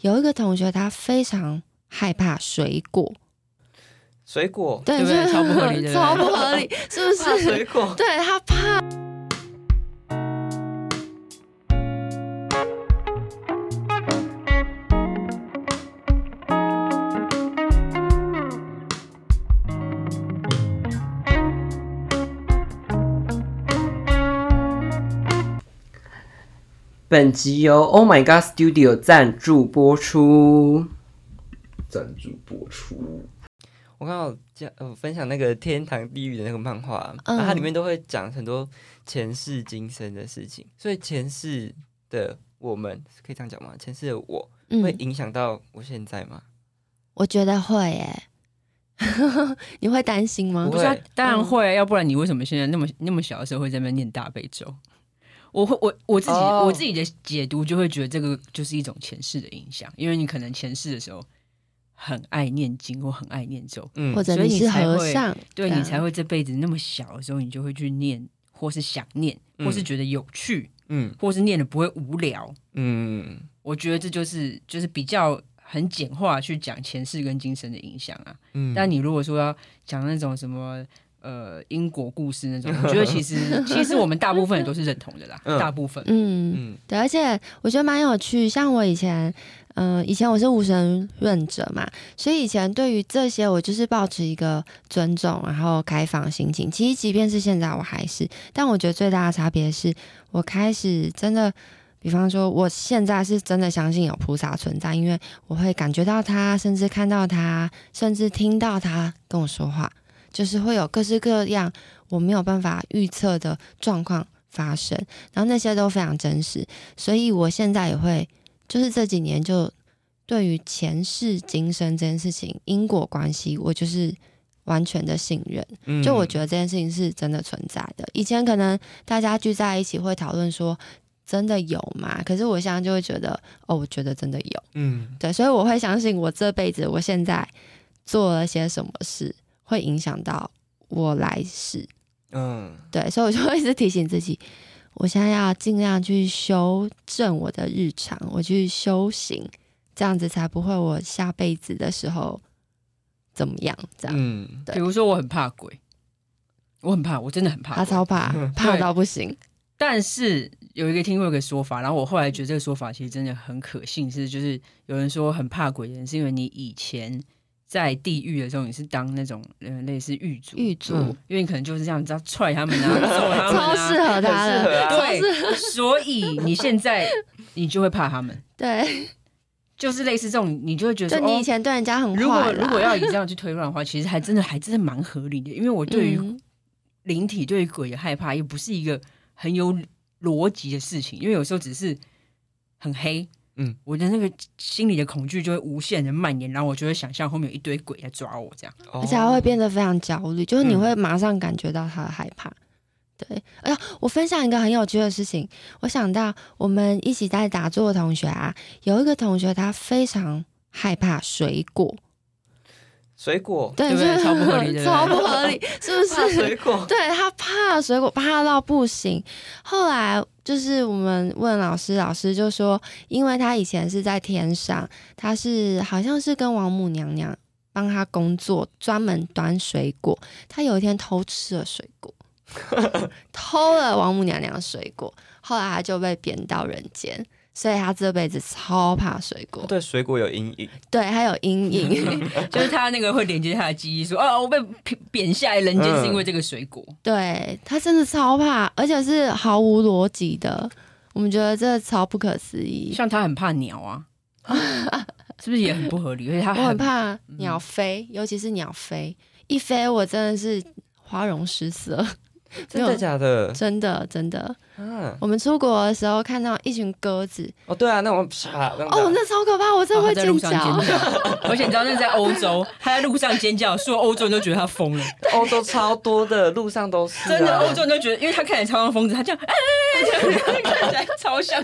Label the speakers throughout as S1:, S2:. S1: 有一个同学他非常害怕水果，
S2: 水果，
S1: 对，
S3: 对不对
S1: 就是
S3: 超不 合理对不对
S1: 超不合理，是不
S2: 怕水
S1: 是？
S2: 果，
S1: 对他怕。
S2: 本集由 Oh My God Studio 赞助播出。
S4: 赞助播出。
S2: 我刚好讲呃分享那个天堂地狱的那个漫画，
S1: 嗯
S2: 然后它里面都会讲很多前世今生的事情，所以前世的我们可以这样讲吗？前世的我会
S1: 嗯，
S2: 影响到我现在吗？
S1: 我觉得会耶。 你会担心吗
S2: 不
S3: 不
S2: 会？
S3: 是啊，当然会啊，要不然你为什么现在那么那么小的时候会在那边念大悲咒？我会我我自己、
S2: 哦
S3: 我自己的解读就会觉得这个就是一种前世的影响，因为你可能前世的时候很爱念经或很爱念咒，
S2: 嗯
S1: 或，者
S3: 所以
S1: 你
S3: 你
S1: 是
S3: 才
S1: 和
S3: 会
S1: 尚，这
S3: 对你
S1: 样
S3: 才会这辈子那么小的时候你就会去念，或是想念，
S2: 嗯
S3: 或是觉得有趣，
S2: 嗯
S3: 或是念的不会无聊。
S2: 嗯
S3: 我觉得这就是就是比较很简化地去讲前世跟今生的影响啊。
S2: 嗯，
S3: 但你如果说要讲那种什么呃因果故事那种，我觉得 其实其实我们大部分人都是认同的啦，
S2: 嗯
S3: 大部分。
S1: 嗯
S2: 嗯
S1: 对，而且我觉得蛮有趣。像我以前，嗯、以前我是无神论者嘛，所以以前对于这些，我就是保持一个尊重，然后开放心情。其实，即便是现在，我还是，但我觉得最大的差别是我开始真的，比方说，我现在是真的相信有菩萨存在，因为我会感觉到他，甚至看到他，甚至听到他跟我说话，就是会有各式各样我没有办法预测的状况发生。然后那些都非常真实，所以我现在也会，就是这几年就对于前世今生这件事情、因果关系，我就是完全的信任。
S2: 嗯
S1: 就我觉得这件事情是真的存在的。以前可能大家聚在一起会讨论说。真的有吗？可是我现在就会觉得，哦，我觉得真的有，
S2: 嗯
S1: 对，所以我会相信我这辈子，我现在做了些什么事，会影响到我来世。
S2: 嗯
S1: 对，所以我就会一直提醒自己，我现在要尽量去修正我的日常，我去修行，这样子才不会我下辈子的时候怎么样？这样、
S2: 嗯
S1: 对
S3: 比如说我很怕鬼，我很怕，我真的很怕
S1: 他
S3: 鬼。
S1: 超怕，怕到不行。
S3: 但是有一个听过一个说法，然后我后来觉得这个说法其实真的很可信，是就是有人说很怕鬼的人是因为你以前。在地狱的时候，你是当那种嗯类似狱卒，
S1: 狱卒
S3: 嗯因为你可能就是这样，你知道踹他们啊，揍他们
S1: 超
S3: 啊，
S1: 适合他
S2: 很适合
S1: 的，
S2: 啊
S1: 超适合
S3: 对，所以你现在你就会怕他们，
S1: 对，
S3: 就是类似这种，你就会觉得
S1: 就
S3: 说
S1: 你
S3: 哦
S1: 以前对人家很
S3: 如
S1: 坏
S3: 果
S1: 啦
S3: 如果要以这样去推断 的话，其实还真的还真的蛮合理的，因为我对于
S1: 嗯
S3: 灵体、对于鬼的害怕，又不是一个很有逻辑的事情，因为有时候只是很黑，
S2: 嗯，
S3: 我的那个心里的恐惧就会无限的蔓延，然后我就会想象后面有一堆鬼在抓我这样。
S2: 哦
S1: 而且还会变得非常焦虑，就是
S3: 嗯
S1: 你会马上感觉到他的害怕。对，哎呀，我分享一个很有趣的事情，我想到我们一起在打坐的同学啊，有一个同学他非常害怕水果，
S2: 水果，
S1: 对，
S3: 对不对
S1: 就是
S3: 超不合理对不对
S1: 超不合理，是不
S2: 怕水
S1: 是？
S2: 果，
S1: 对他怕水果怕到不行，后来就是我们问老师，老师就说，因为他以前是在天上，他是好像是跟王母娘娘帮他工作，专门端水果。他有一天偷吃了水果，偷了王母娘娘的水果，后来他就被贬到人间，所以他这辈子超怕水果，
S2: 对水果有阴影，
S1: 对他有阴影。
S3: 就是他那个会连接他的记忆，说哦，我被贬贬下来人间是因为这个水果。
S1: 对他真的超怕，而且是毫无逻辑的。我们觉得这超不可思议。
S3: 像他很怕鸟啊， 是不是也很不合理？而且他
S1: 我很嗯怕鸟飞，尤其是鸟飞，一飞我真的是花容失色，
S2: 真的假的？
S1: 真的真的。
S2: 啊，
S1: 我们出国的时候看到一群鸽子，
S2: 哦对啊，那我啪，这样
S1: 哦，
S2: 打
S1: 那超可怕，我真
S3: 然
S1: 的
S3: 后
S1: 会
S3: 他在路
S1: 尖
S3: 上
S1: 叫。
S3: 尖叫，而且你知道那是在欧洲，他在路上尖叫，所有欧洲人都觉得他疯了，
S2: 欧洲超多的，路上都是啊
S3: 真的，欧洲人都觉得，因为他看起来超像疯子，他这样，哎 哎，哎这样看起来超像，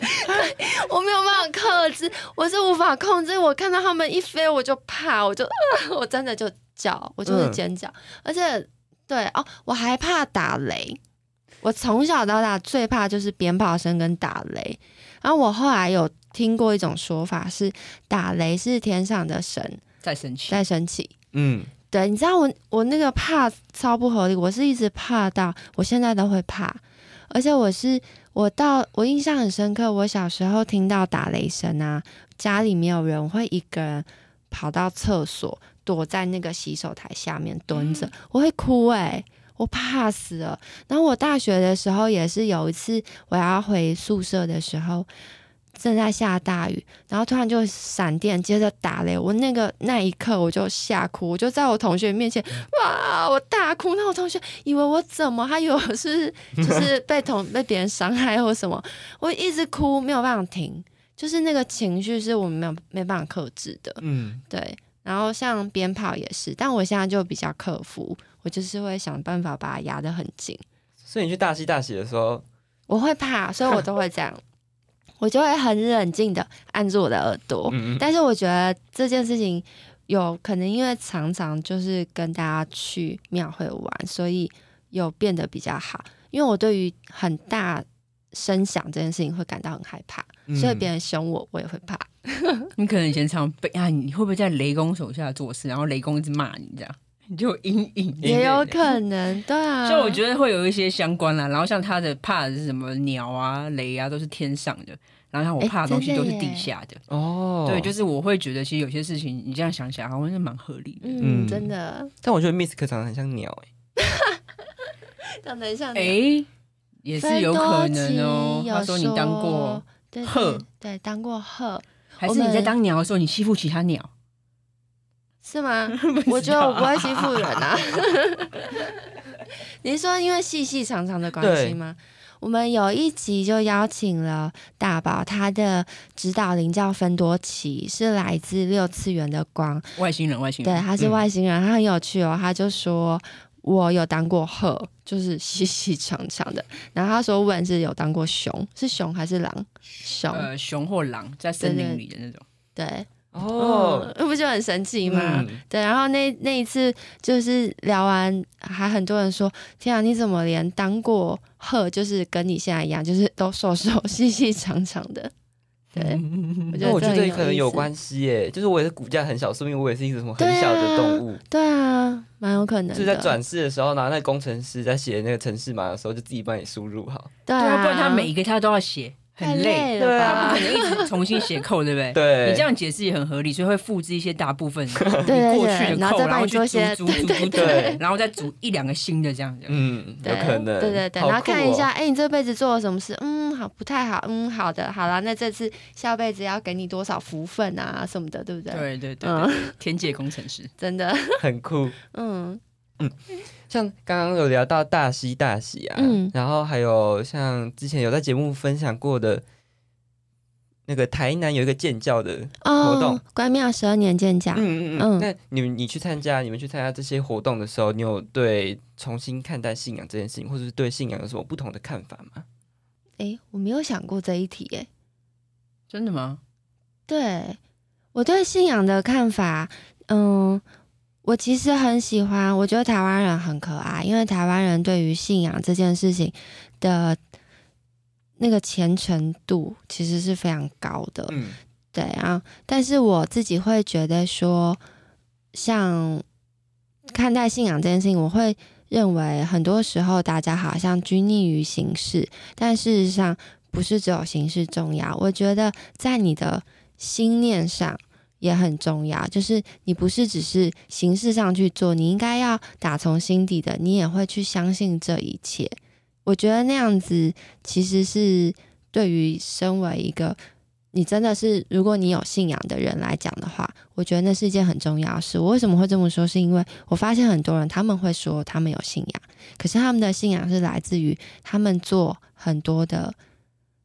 S1: 我没有办法克制，我是无法控制。我看到他们一飞，我就怕，我就、呃我真的就叫，我就是尖叫，而且对哦，我还怕打雷。我从小到大最怕就是鞭炮声跟打雷，然后我后来有听过一种说法是，打雷是天上的神
S3: 再生气，
S1: 在生气。
S2: 嗯，
S1: 对，你知道我我那个怕超不合理，我是一直怕到我现在都会怕，而且我是我到我印象很深刻，我小时候听到打雷声啊，家里没有人，我会一个人跑到厕所，躲在那个洗手台下面蹲着，我会哭哎、我怕死了。然后我大学的时候也是有一次，我要回宿舍的时候，正在下大雨，然后突然就闪电，接着打雷。我那个那一刻我就吓哭，我就在我同学面前哇，我大哭。那我同学以为我怎么，他以为我是就是被同被别人伤害或什么，我一直哭没有办法停，就是那个情绪是我们没有没办法克制的。
S2: 嗯，
S1: 对，然后像鞭炮也是，但我现在就比较克服，我就是会想办法把它压得很紧。
S2: 所以你去大喜大喜的时候，
S1: 我会怕，所以我都会这样， 我就会很冷静的按住我的耳朵。
S2: 嗯嗯，
S1: 但是我觉得这件事情有可能因为常常就是跟大家去庙会玩，所以有变得比较好。因为我对于很大声响这件事情会感到很害怕，
S2: 嗯
S1: 所以别人凶我，我也会怕。
S3: 你可能以前常被啊，你会不会在雷公手下做事，然后雷公一直骂你这样，你就有阴影。
S2: 因为
S1: 也有可能，对啊。
S3: 所以我觉得会有一些相关啦，然后像他的怕的是什么鸟啊、雷啊，都是天上的，然后像我
S1: 诶
S3: 怕的东西
S1: 哎真
S3: 都
S1: 的
S3: 是
S1: 耶
S3: 地下的。
S2: 哦，，
S3: 对，就是是我会觉得其实有些事情你这样想起来好像是蛮合理的。
S1: 嗯，
S2: 嗯
S1: 真的
S2: 但我觉得 Misk 长得很像鸟、欸，
S1: 长得很像你。
S3: 诶，哎也是有可能哦、
S1: 芬多奇有
S3: 他说你当过，
S1: 对
S3: 鹤
S1: 对对，当过鹤
S3: 还是你在当鸟的时候你欺负其他鸟？
S1: 是吗？
S3: 知道
S1: 我觉得我不会欺负人啊。你是说因为细细长长的关系吗？我们有一集就邀请了大宝，他的指导灵叫芬多奇，是来自六次元的光，
S3: 外星人，外星
S1: 对，
S3: 人，
S1: 他是外星人，他很有趣哦。他就说我有当过鹤，就是细细长长的。然后他说问是有当过熊，是熊还是狼？熊，
S3: 呃，熊或狼在森林里的那种。
S1: 对，
S2: 哦，
S1: 嗯，不就很神奇吗？
S2: 嗯
S1: 对，然后那那一次就是聊完，还很多人说：“天啊，你怎么连当过鹤，就是跟你现在一样，就是都瘦瘦 细细长长的？” 对，我觉
S2: 那
S1: 得
S2: 我觉
S1: 这很
S2: 得
S1: 有
S2: 可能有
S1: 意思
S2: 关系耶，就是我也是骨架很小，说明我也是一个什么很
S1: 对啊
S2: 小的动物。
S1: 对啊，蛮有可能的。
S2: 就是在转世的时候，然后那工程师在写那个城市码的时候，就自己帮你输入好。
S1: 对
S3: 对
S1: 啊，
S3: 啊，不然他每一个他都要写，
S1: 太
S3: 很累。
S1: 了
S2: 对啊
S3: 他不
S1: 吧
S3: 可？能一直重新写扣，对不对？
S2: 对
S3: 你这样解释也很合理，所以会复制一些大部分你
S1: 对
S3: 过去
S1: 对
S3: 的
S1: 然后
S3: 扣，
S1: 再
S3: 然
S1: 帮
S3: 后
S1: 你
S3: 去
S1: 做
S3: 组
S1: 一些
S3: 组组组组
S2: 对，
S3: 然后再组一两个新的这样子。
S2: 嗯，有
S1: 对
S2: 可能。
S1: 对对对，
S2: 好
S1: 然后
S2: 酷
S1: 看一
S2: 哦
S1: 下，哎、你这辈子做了什么事？嗯，好，不太好，嗯，好的，好啦，那这次下辈子要给你多少福分啊，什么的，对不对？，
S3: 对对对对，
S1: 嗯，
S3: 天界工程师，
S1: 真的，
S2: 很酷。
S1: 嗯，
S2: 像刚刚有聊到大西大喜啊，
S1: 嗯
S2: 然后还有像之前有在节目分享过的，那个台南有一个建教的，活动
S1: 哦，关庙十二年见家，
S2: 嗯嗯
S1: 嗯
S2: 嗯。那你们你去参加，你们去参加这些活动的时候，你有对重新看待信仰这件事情，或者是对信仰有什么不同的看法吗？
S1: 哎、我没有想过这一题、哎，
S3: 真的吗？
S1: 对我对信仰的看法，嗯，我其实很喜欢，我觉得台湾人很可爱，因为台湾人对于信仰这件事情的那个虔诚度其实是非常高的，
S2: 嗯，
S1: 对啊，但是我自己会觉得说，像看待信仰这件事情，我会认为很多时候大家好像拘泥于形式，但事实上不是只有形式重要。我觉得在你的心念上也很重要，就是你不是只是形式上去做，你应该要打从心底的，你也会去相信这一切。我觉得那样子其实是对于身为一个你真的是，如果你有信仰的人来讲的话，我觉得那是一件很重要的事。我为什么会这么说？是因为我发现很多人他们会说他们有信仰，可是他们的信仰是来自于他们做很多的，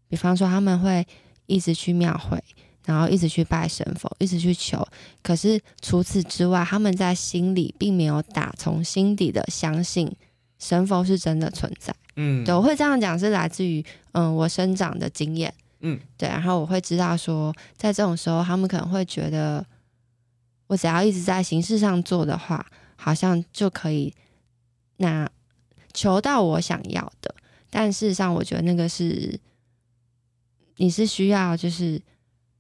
S1: 比方说他们会一直去庙会，然后一直去拜神佛，一直去求。可是除此之外，他们在心里并没有打从心底的相信神佛是真的存在。
S2: 嗯
S1: 对，我会这样讲是来自于嗯我生长的经验，
S2: 嗯，
S1: 对，然后我会知道说，在这种时候，他们可能会觉得，我只要一直在形式上做的话，好像就可以那求到我想要的，但事实上，我觉得那个是你是需要就是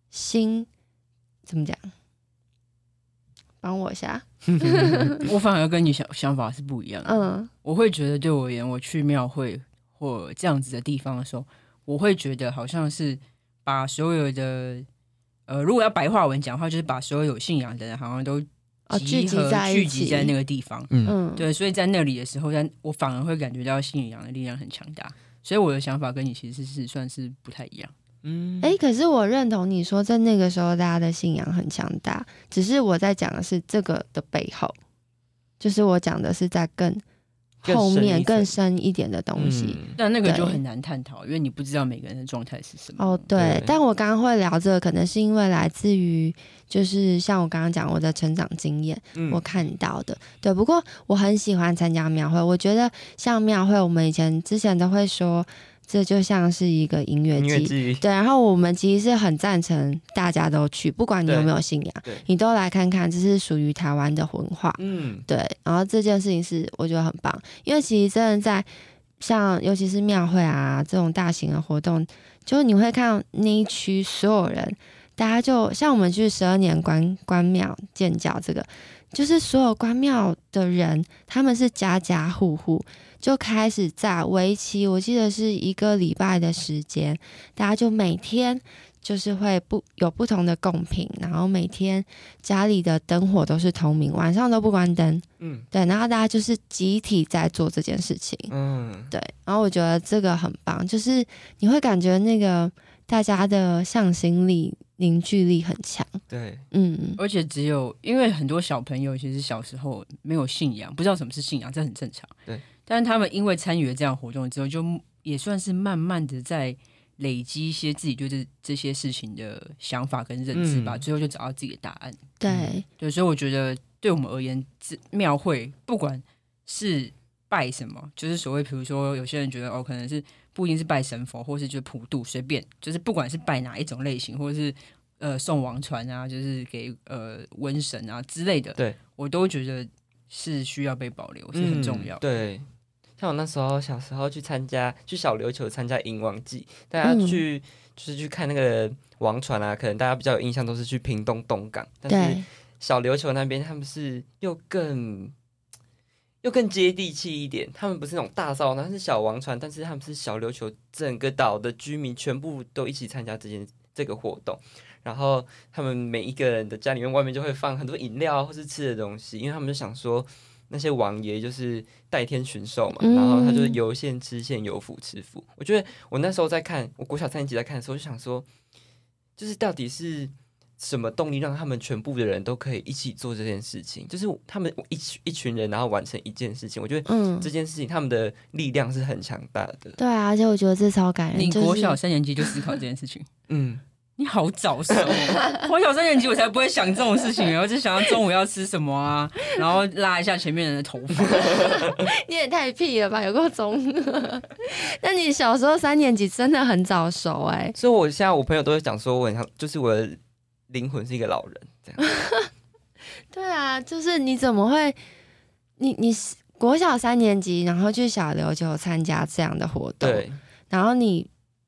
S1: 心怎么讲？帮我一下，
S3: 我反而跟你想想法是不一样的。
S1: 嗯
S3: 我会觉得，对我而言，我去庙会或这样子的地方的时候，我会觉得好像是把所有的，呃，如果要白话文讲的话，就是把所有有信仰的人好像都
S1: 哦聚集
S3: 合
S1: 在一
S3: 聚集
S1: 起
S3: 在那个地方。
S2: 嗯，
S1: 嗯，
S3: 对，所以在那里的时候，但我反而会感觉到信仰的力量很强大。所以我的想法跟你其实是算是不太一样。
S2: 嗯，
S1: 哎、可是我认同你说，在那个时候大家的信仰很强大，只是我在讲的是这个的背后，就是我讲的是在更
S2: 更
S1: 后
S2: 深一
S1: 面
S2: 层
S1: 更深一点的东西。
S2: 嗯
S3: 但那个就
S1: 对
S3: 很难探讨，因为你不知道每个人的状态是什么。
S1: 哦，对
S2: 对，
S1: 但我刚刚会聊这个，可能是因为来自于就是像我刚刚讲我的成长经验，
S2: 嗯
S1: 我看到的。对，不过我很喜欢参加庙会，我觉得像庙会，我们以前之前都会说，这就像是一个音乐
S2: 音乐
S1: 季。
S2: 之余，
S1: 对，然后我们其实是很赞成大家都去，不管你
S2: 对
S1: 有没有信仰
S2: 对，
S1: 你都来看看，这是属于台湾的文化。
S2: 嗯，
S1: 对，然后这件事情是我觉得很棒，因为其实真的在像尤其是庙会啊这种大型的活动，就是你会看到那一区所有人，大家就像我们去十二年关关庙建教这个，就是所有关庙的人，他们是家家户户就开始在为期，我记得是一个礼拜的时间，大家就每天。就是会不有不同的贡品，然后每天家里的灯火都是通明，晚上都不关灯。
S2: 嗯
S1: 对，然后大家就是集体在做这件事情。
S2: 嗯，
S1: 对，然后我觉得这个很棒，就是你会感觉那个大家的向心力、凝聚力很强。
S2: 对，
S1: 嗯，
S3: 而且只有因为很多小朋友其实小时候没有信仰，不知道什么是信仰，这很正常。
S2: 对，
S3: 但是他们因为参与了这样的活动之后，就也算是慢慢的在累积一些自己对这这些事情的想法跟认知吧，
S2: 嗯
S3: 最后就找到自己的答案。
S1: 对，
S3: 对，所以我觉得对我们而言，这庙会不管是拜什么，就是所谓，比如说有些人觉得哦，可能是不一定是拜神佛，或是就普渡，随便，就是不管是拜哪一种类型，或者是呃送王船啊，就是给呃瘟神啊之类的，
S2: 对
S3: 我都觉得是需要被保留，是很重要
S2: 嗯。对，像我那时候小时候去参加，去小琉球参加迎王祭，大家
S1: 嗯
S2: 去、就是去看那个王船啊，可能大家比较有印象都是去屏东东港，但是
S1: 对，
S2: 小琉球那边他们是又更。又更接地气一点，他们不是那种大造船，是小王船，但是他们是小琉球整个岛的居民全部都一起参加这件这个活动，然后他们每一个人的家里面外面就会放很多饮料啊或是吃的东西，因为他们就想说那些王爷就是代天巡狩嘛，
S1: 嗯
S2: 然后他就是由县吃县，由府吃府。我觉得我那时候在看，我国小三年级在看的时候就想说，就是到底是。什么动力让他们全部的人都可以一起做这件事情？就是他们一群一群人，然后完成一件事情。我觉得
S1: 嗯
S2: 这，件事情他们的力量是很强大的。
S1: 对啊，而且我觉得这超感人。
S3: 你
S1: 就是
S3: 国小三年级就思考这件事情，
S2: 嗯，
S3: 你好早熟、哦！国小三年级我才不会想这种事情，我只想要中午要吃什么啊，然后拉一下前面人的头发。
S1: 你也太屁了吧，有够中二。 那你小时候三年级真的很早熟哎、
S2: 所以我现在我朋友都会讲说，我很像，就是我的灵魂是一个老人 这样。
S1: 对啊，就是你怎么会，你你是国小三年级，然后去小琉球参加这样的活动，
S2: 对，
S1: 然后你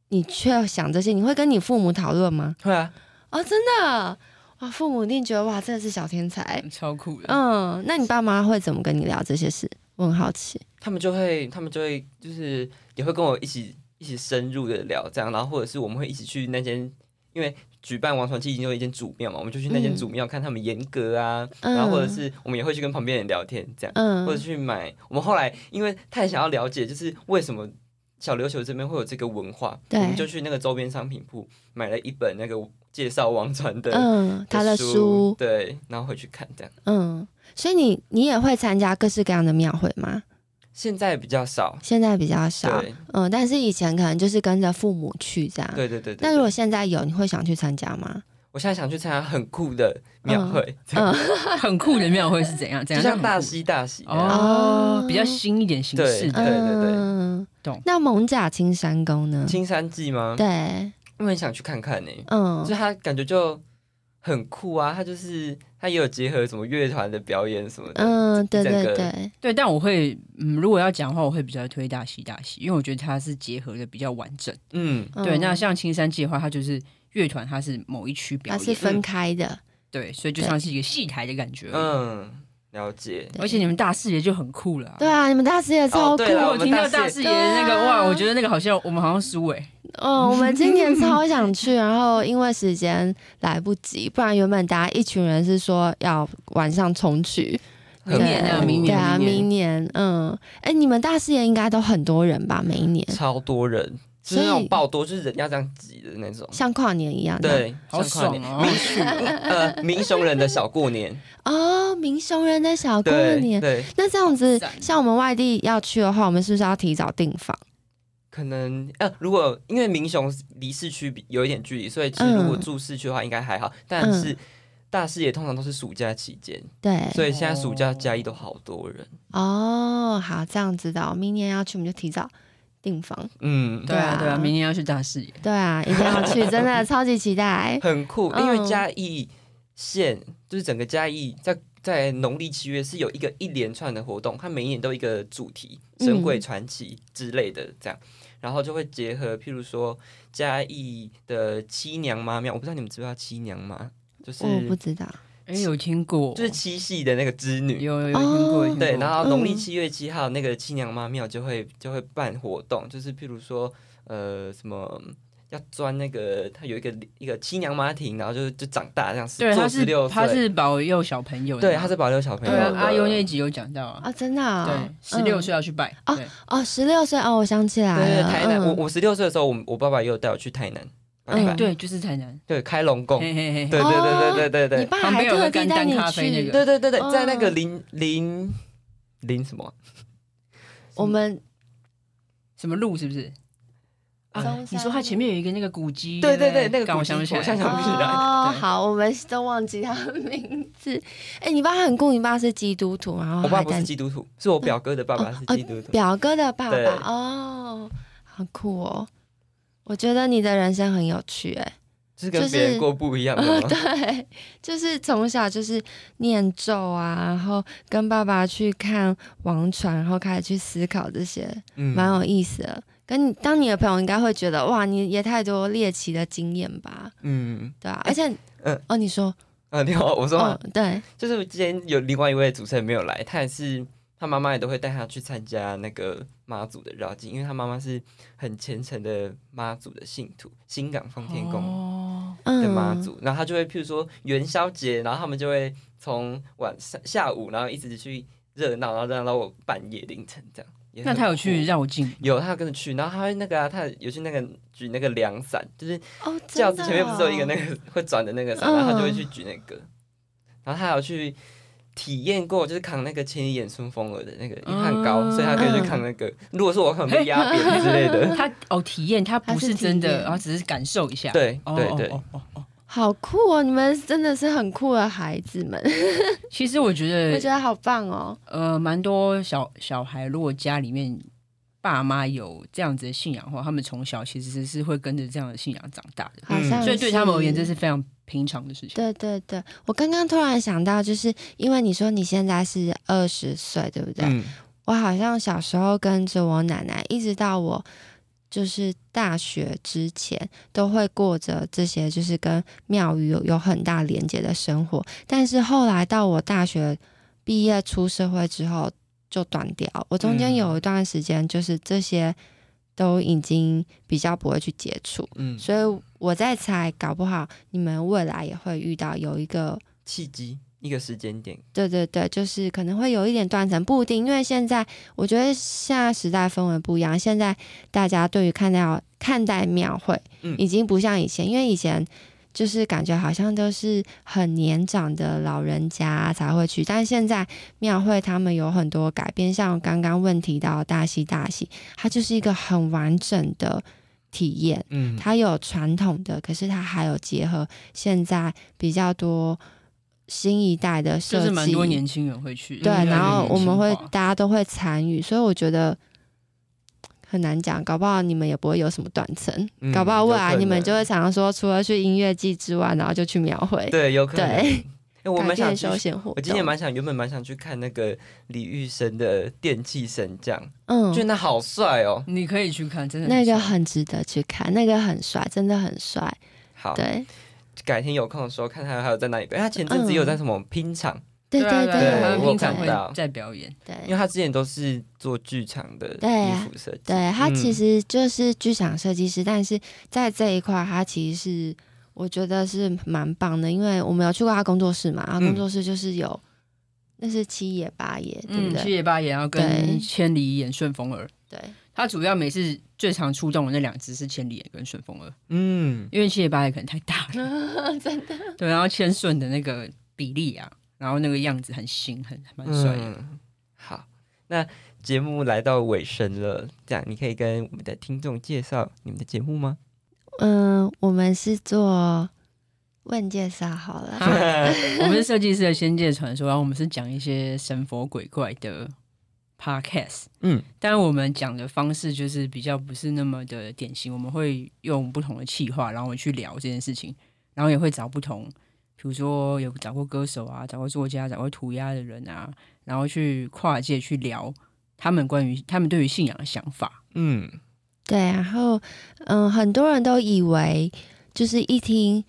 S1: 你却想这些，你会跟你父母讨论吗？
S2: 会啊，
S1: 哦，真的，哇，父母一定觉得哇，真的是小天才。
S3: 超酷的。
S1: 嗯，那你爸妈会怎么跟你聊这些事？我很好奇。
S2: 他们就会，他们就会就是也会跟我一起一起深入的聊这样，然后或者是我们会一起去那间，因为举办王传期已经有一间祖庙嘛，我们就去那间
S1: 嗯
S2: 祖庙看他们严格啊，
S1: 嗯
S2: 然后或者是我们也会去跟旁边人聊天这样。
S1: 嗯
S2: 或者去买。我们后来因为太想要了解，就是为什么小琉球这边会有这个文化，我
S1: 对
S2: 们就去那个周边商品铺买了一本那个介绍王传的、
S1: 嗯，他的
S2: 书
S1: 书，，
S2: 对，然后回去看这样。
S1: 嗯，所以你你也会参加各式各样的庙会吗？
S2: 现在比较少，
S1: 现在比较少，
S2: 对，
S1: 嗯，但是以前可能就是跟着父母去这样。
S2: 对对对对。
S1: 那如果
S2: 对
S1: 现在有，你会想去参加吗？
S2: 我现在想去参加很酷的庙会，
S1: 嗯，
S3: 很酷的庙会是怎 样？怎
S2: 就
S3: 样
S2: 像大
S3: 西
S2: 溪大溪那啊样，
S3: 哦
S1: 哦，
S3: 比较新一点形式
S2: 对
S3: 的，
S2: 对对
S1: 嗯
S3: 懂
S1: 那蒙甲青山宫呢？
S2: 青山记吗？
S1: 对，
S2: 我很想去看看呢、
S1: 嗯
S2: 就，他感觉就很酷啊，他就是他也有结合什么乐团的表演什么的，
S1: 嗯，对
S2: 整
S1: 对
S2: 个
S1: 对，
S3: 对。但我会，嗯，如果要讲的话，我会比较推大西大西，因为我觉得它是结合的比较完整。
S2: 嗯
S1: 嗯
S3: 对，那像青山计划，它就是乐团它是某一区表
S1: 它
S3: 演，啊
S1: 是分开的，
S3: 对，所以就像是一个戏台的感觉。嗯，
S2: 嗯，了解。
S1: 对
S3: 而且你们大视野就很酷了、
S1: 对，啊，你们大师也超酷，
S2: 哦对啦
S3: 我
S2: 我
S3: 听
S2: 们
S3: 到大
S2: 大视
S3: 视
S1: 野
S3: 野那
S1: 对
S3: 个
S1: 啊
S3: 哇，我觉得那个好像我们好像输哎、
S1: 嗯，我们今年 超想去，然后因为时间来不及，不然原本大家一群人是说要晚上重去。
S2: 很
S3: 明年啊
S1: 对
S3: 明年
S1: 对啊，
S3: 明年
S1: 明年，嗯，哎、你们大视野应该都很多人吧？每一年
S2: 超多人，
S1: 所
S2: 就是
S1: 以
S2: 那种爆多，就是人要这样挤的那种。
S1: 像跨年一样的，
S2: 对，
S3: 好
S2: 像跨
S3: 爽
S2: 年
S3: 哦、
S2: 呃，民雄人的小过年，
S1: 哦，民雄人的小过
S2: 对
S1: 年。
S2: 对，
S1: 那这样子
S3: 好赞，
S1: 像我们外地要去的话，我们是不是要提早订房？
S2: 可能呃，如果因为民雄离市区比有一点距离，所以其实如果
S1: 嗯
S2: 住市区的话应该还好，但
S1: 嗯
S2: 是。大视野通常都是暑假期间，
S1: 对，
S2: 所以现在暑假嘉义都好多人。
S1: 哦，好，这样知道，明年要去我们就提早订房。
S2: 嗯，
S3: 对啊，对
S1: 对
S3: 啊，
S1: 啊
S3: 明年要去大视野。
S1: 对啊，一定要去，真的超级期 待。
S2: 很酷，
S1: 嗯
S2: 因为嘉义县就是整个嘉义在在农历七月是有一个一连串的活动，它每一年都有一个主题，
S1: 嗯
S2: 神鬼传奇之类的这样，然后就会结合譬如说嘉义的七娘妈庙，我不知道你们知不知道七娘妈，就是
S1: 我哦不知道，
S3: 哎、有听过，
S2: 就是七系的那个织女。
S3: 有有有听过，
S1: 哦
S3: 有听过
S2: 对，然后农历
S1: 嗯
S2: 七月七号那个七娘妈庙就会就会办活动，就是譬如说呃什么要钻那个，它有一个一个七娘妈亭，然后就就长大这样，
S3: 对，
S2: 做
S3: 他
S2: 十
S3: 是
S2: 六岁，
S3: 他是保佑小朋友的嘛，
S2: 对，他是保留小朋友
S3: 对啊
S2: 的。，
S3: 阿优那一集有讲到啊，
S1: 啊，真的、哦，
S3: 对，十六岁要去拜，
S1: 哦
S3: 对，
S1: 哦，十六岁哦，我想起来
S2: 对对，
S1: 了，
S2: 台南，我
S1: 嗯
S2: 我十六岁的时候，我我爸爸也有带我去台南拜
S1: 嗯
S2: 拜，
S3: 哎对，就是台南，
S2: 对，开龙宫，对
S3: 嘿嘿嘿，
S2: 对
S1: 哦
S2: 对对对
S1: 你
S2: 对
S1: 爸
S3: 旁
S1: 还
S3: 边有个
S1: 特地
S3: 干
S1: 带
S3: 蛋
S1: 你
S3: 咖啡那
S1: 去，
S3: 个
S2: 对对对对，在那个
S1: 嗯
S2: 林林林什
S1: 哦
S2: 么
S1: 我们
S3: 什么路是不是？
S1: 嗯中山
S3: 你说它前面有一个那个古迹，
S2: 对
S3: 对
S2: 对对
S3: 不
S2: 那个
S3: 干我
S2: 古迹
S3: 想不起来，
S2: 我现在想 不起来
S1: 哦，
S3: 啊对
S1: 好，我们都忘记他的名字。 哎、你爸很酷，你爸是基督徒，然后
S2: 我爸
S1: 还
S2: 不是
S1: 带
S2: 基督徒，是我表哥的爸爸
S1: 哦
S2: 是
S1: 哦
S2: 基督徒。
S1: 表哥的爸
S2: 对
S1: 爸哦，好酷哦！我觉得你的人生很有趣、哎。
S2: 就是跟
S1: 就是哦
S2: 别人过不一样的吗？
S1: 对，就是从小就是念咒啊，然后跟爸爸去看王传，然后开始去思考这些，
S2: 嗯
S1: 蛮有意思的。跟你当你的朋友应该会觉得哇，你也太多猎奇的经验吧，
S2: 嗯
S1: 对啊，而且，
S2: 嗯
S1: 哦，你说，
S2: 嗯，你好，我说嘛
S1: 哦，对，
S2: 就是之前有另外一位主持人没有来，他也是他妈妈也都会带他去参加那个妈祖的绕境，因为他妈妈是很虔诚的妈祖的信徒，新港奉天宫。
S3: 哦，
S1: 嗯，
S2: 的哎妈祖，然后他就会，譬如说元宵节，然后他们就会从晚上下午，然后一直去热闹，然后热闹到我半夜凌晨这样。也
S3: 那
S2: 很
S3: 他有
S2: 酷
S3: 去？绕境，
S2: 有，他有跟着去，然后他会那个啊，他有去那个举那个凉伞，就是
S1: 哦，
S2: 轿
S1: 真的
S2: 子前面不是有一个那
S1: 哦
S2: 个 会转的那个伞，然后他就会
S1: 嗯
S2: 去举那个，然后他还有去体验过，就是扛那个千里眼顺风耳的那个，因为他很
S1: 嗯
S2: 高，所以他可以去扛那个。如果说我可能被压扁之类 的，
S3: 他哦体验，他不
S1: 他
S3: 是
S1: 是体
S3: 真的，
S1: 验
S3: 然后只是感受一下，
S2: 对
S3: 哦，
S2: 对对
S3: 哦，哦哦哦
S1: 好酷哦！你们真的是很酷的孩子们，
S3: 其实我觉
S1: 我
S3: 得
S1: 觉得好棒哦。
S3: 呃，蛮多小小孩，如果家里面爸妈有这样子的信仰的话，他们从小其实是会跟着这样的信仰长大的，
S1: 好像、
S2: 嗯
S3: 所以对他们而言，这是非常平常的事情。
S1: 对对对，我刚刚突然想到，就是因为你说你现在是二十岁，对不对？
S2: 嗯
S1: 我好像小时候跟着我奶奶，一直到我就是大学之前，都会过着这些就是跟庙宇有有很大连接的生活。但是后来到我大学毕业出社会之后，就断掉。我中间
S2: 嗯
S1: 有一段时间，就是这些都已经比较不会去接触，
S2: 嗯，
S1: 所以我在猜，搞不好你们未来也会遇到有一个
S2: 契机一个时间点，
S1: 对对对，就是可能会有一点断层，不一定，因为现在我觉得现在时代氛围不一样，现在大家对于看待看待庙会，
S2: 嗯
S1: 已经不像以前，因为以前就是感觉好像都是很年长的老人家才会去，但现在庙会他们有很多改变，像刚刚问提到大喜大喜，它就是一个很完整的体验，
S2: 嗯
S1: 它有传统的，可是它还有结合现在比较多新一代的设
S3: 就
S1: 计，
S3: 是蛮多年轻人会去，
S1: 对，
S3: 越来越
S1: 然后我们会
S3: 年轻化
S1: 大家都会参与，所以我觉得很难讲，搞不好你们也不会有什么断层，
S2: 嗯
S1: 搞不好未来
S2: 有可能
S1: 你们就会常常说，除了去音乐季之外，然后就去庙会，
S2: 对，有可能。
S1: 对
S2: 哎 我
S1: 改
S2: 蛮想
S1: 变
S2: 去
S1: 休闲活
S2: 我
S1: 动。
S2: 今年蛮想，原本蛮想去看那个李玉生的电器神将，
S1: 嗯
S2: 觉得，那好帅哦，
S3: 你可以去看，真的
S1: 那个
S3: 帅
S1: 很值得去看，那个很帅，真的很帅。
S2: 好，
S1: 对
S2: 改天有空的时候看他还有在哪里表演。他前阵
S1: 嗯
S2: 子也有在什么拼场，
S1: 对
S3: 对啊对啊，他
S1: 对
S3: 们
S2: 我
S3: 平
S2: 有
S3: 常
S2: 看到
S3: 会在表演，
S1: 对
S2: 因为他之前都是做剧场的
S1: 对啊
S2: 衣服设计，
S1: 对他
S2: 嗯
S1: 其实就是剧场设计师，但是在这一块他其实是我觉得是蛮棒的，因为我们有去过他工作室嘛，他工作室就是有、那是七野八野，对
S3: 嗯
S1: 不，
S3: 七
S1: 对？
S3: 爷八爷，然后
S1: 对
S3: 跟千里眼、顺风耳。
S1: 对
S3: 他主要每次最常出动的那两只是千里眼跟顺风耳，
S2: 嗯，
S3: 因为七爷八爷可能太大 了，
S1: 真的
S3: 对，然后千顺的那个比例啊，然后那个样子很新，很蛮帅的。
S2: 嗯，好，那节目来到尾声了，这样你可以跟我们的听众介绍你们的节目吗？
S1: 嗯、我们是做问介绍好了，
S3: 我们是设计师的仙界传说，然后我们是讲一些神佛鬼怪的 podcast，
S2: 嗯，
S3: 但我们讲的方式就是比较不是那么的典型，我们会用不同的气话，然后我们去聊这件事情，然后也会找不同，比如说有找过歌手啊，找过作家，找过涂鸦的人啊，然后去跨界去聊他们关于他们对于信仰的想法，
S2: 嗯，
S1: 对，然后嗯，很多人都以为就是一听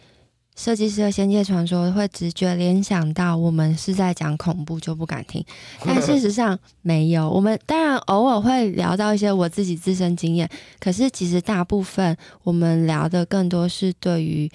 S1: 设计师的《仙界传说》会直觉联想到我们是在讲恐怖就不敢听，但事实上没有。我们当然偶尔会聊到一些我自己自身经验，可是其实大部分我们聊的更多是对于。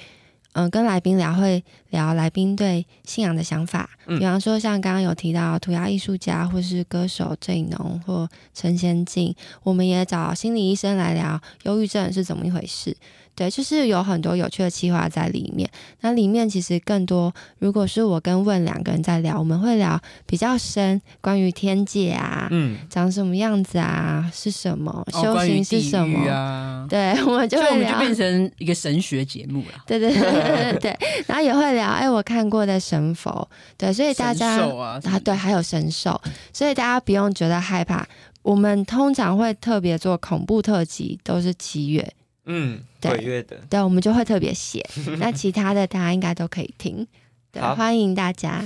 S1: 嗯，跟来宾聊会聊来宾对信仰的想法，
S2: 嗯
S1: 比方说像刚刚有提到涂鸦艺术家或是歌手郑农或陈先进，我们也找心理医生来聊忧郁症是怎么一回事。对，就是有很多有趣的企划在里面。那里面其实更多，如果是我跟问两个人在聊，我们会聊比较深关于天界啊，
S2: 嗯，
S1: 长什么样子啊，是什么，
S3: 哦
S1: 修
S3: 关于
S1: 行是
S3: 地
S1: 什
S3: 狱
S1: 么。
S3: 啊，
S1: 对，我们就
S3: 所以我
S1: 会
S3: 们就
S1: 聊。
S3: 变成一个神学节目了。
S1: 对对对对对 对，然后也会聊，哎，我看过的神佛， 对，所以大家
S3: 神兽啊，
S1: 啊，对，还有神兽，所以大家不用觉得害怕。我们通常会特别做恐怖特辑，都是七月，
S2: 嗯，
S1: 对
S2: 鬼月的，
S1: 对，我们就会特别 写。那其他的大家应该都可以听，对，
S2: 好
S1: 欢迎大 家。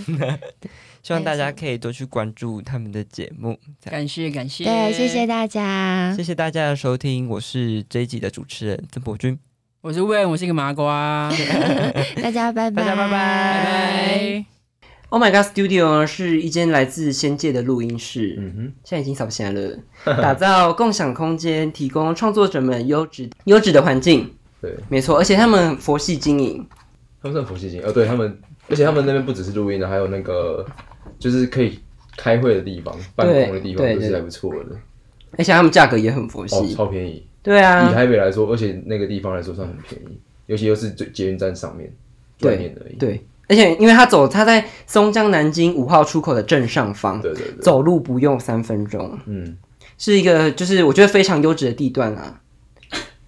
S2: 希望大家
S1: 没错嗯
S2: 可以多去关注他们的节目。
S3: 感谢感谢，
S1: 对，啊谢谢大家
S2: 谢，谢大家的收听，我是这一集的主持人曾博君。
S3: 我是问，我是一个麻 瓜，
S1: 大家拜拜，
S2: 大家拜拜
S3: 拜拜。
S2: Oh my God Studio 呢是一间来自仙界的录音室，
S4: 嗯哼，
S2: 现在已经扫不起来 了。打造共享空间，提供创作者们优质优质的环境，
S4: 对，
S2: 没错，而且他们佛系经营，
S4: 他们算佛系精英哦，对他们，而且他们那边不只是录音的，还有那个就是可以开会的地方、办公的地方，
S2: 对
S4: 都
S2: 对
S4: 是还不错的，
S2: 而且他们价格也很佛
S4: 哦，
S2: 系。
S4: 超便宜。
S2: 对
S4: 以
S2: 啊，
S4: 台北来说，而且那个地方来说算很便宜，尤其又是最捷运站上面
S2: 对
S4: 外面而已。
S2: 对，而且因为他走他在松江南京五号出口的正上方，
S4: 对对对，
S2: 走路不用三分钟，
S4: 嗯，
S2: 是一个就是我觉得非常优质的地段啊。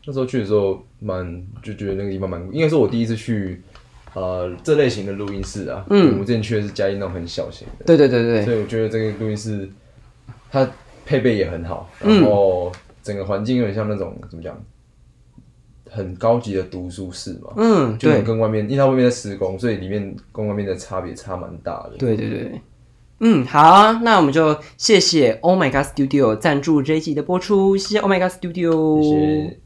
S4: 那时候去的时候蛮就觉得那个地方蛮，应该是我第一次去呃这类型的录音室啊。
S2: 嗯
S4: 我们之前去的是嘉义那种很小型的，
S2: 对对对对，
S4: 所以我觉得这个录音室它配备也很好，
S2: 嗯
S4: 然后整个环境有点像那种怎么讲，很高级的读书室嘛。
S2: 嗯，
S4: 就
S2: 对
S4: 跟外面，因为它外面在施工，所以里面跟外面的差别差蛮大的。
S2: 对对对。嗯，好啊，那我们就谢谢 Oh My God Studio 赞助这一集的播出，谢谢 Oh My God Studio，
S4: 一些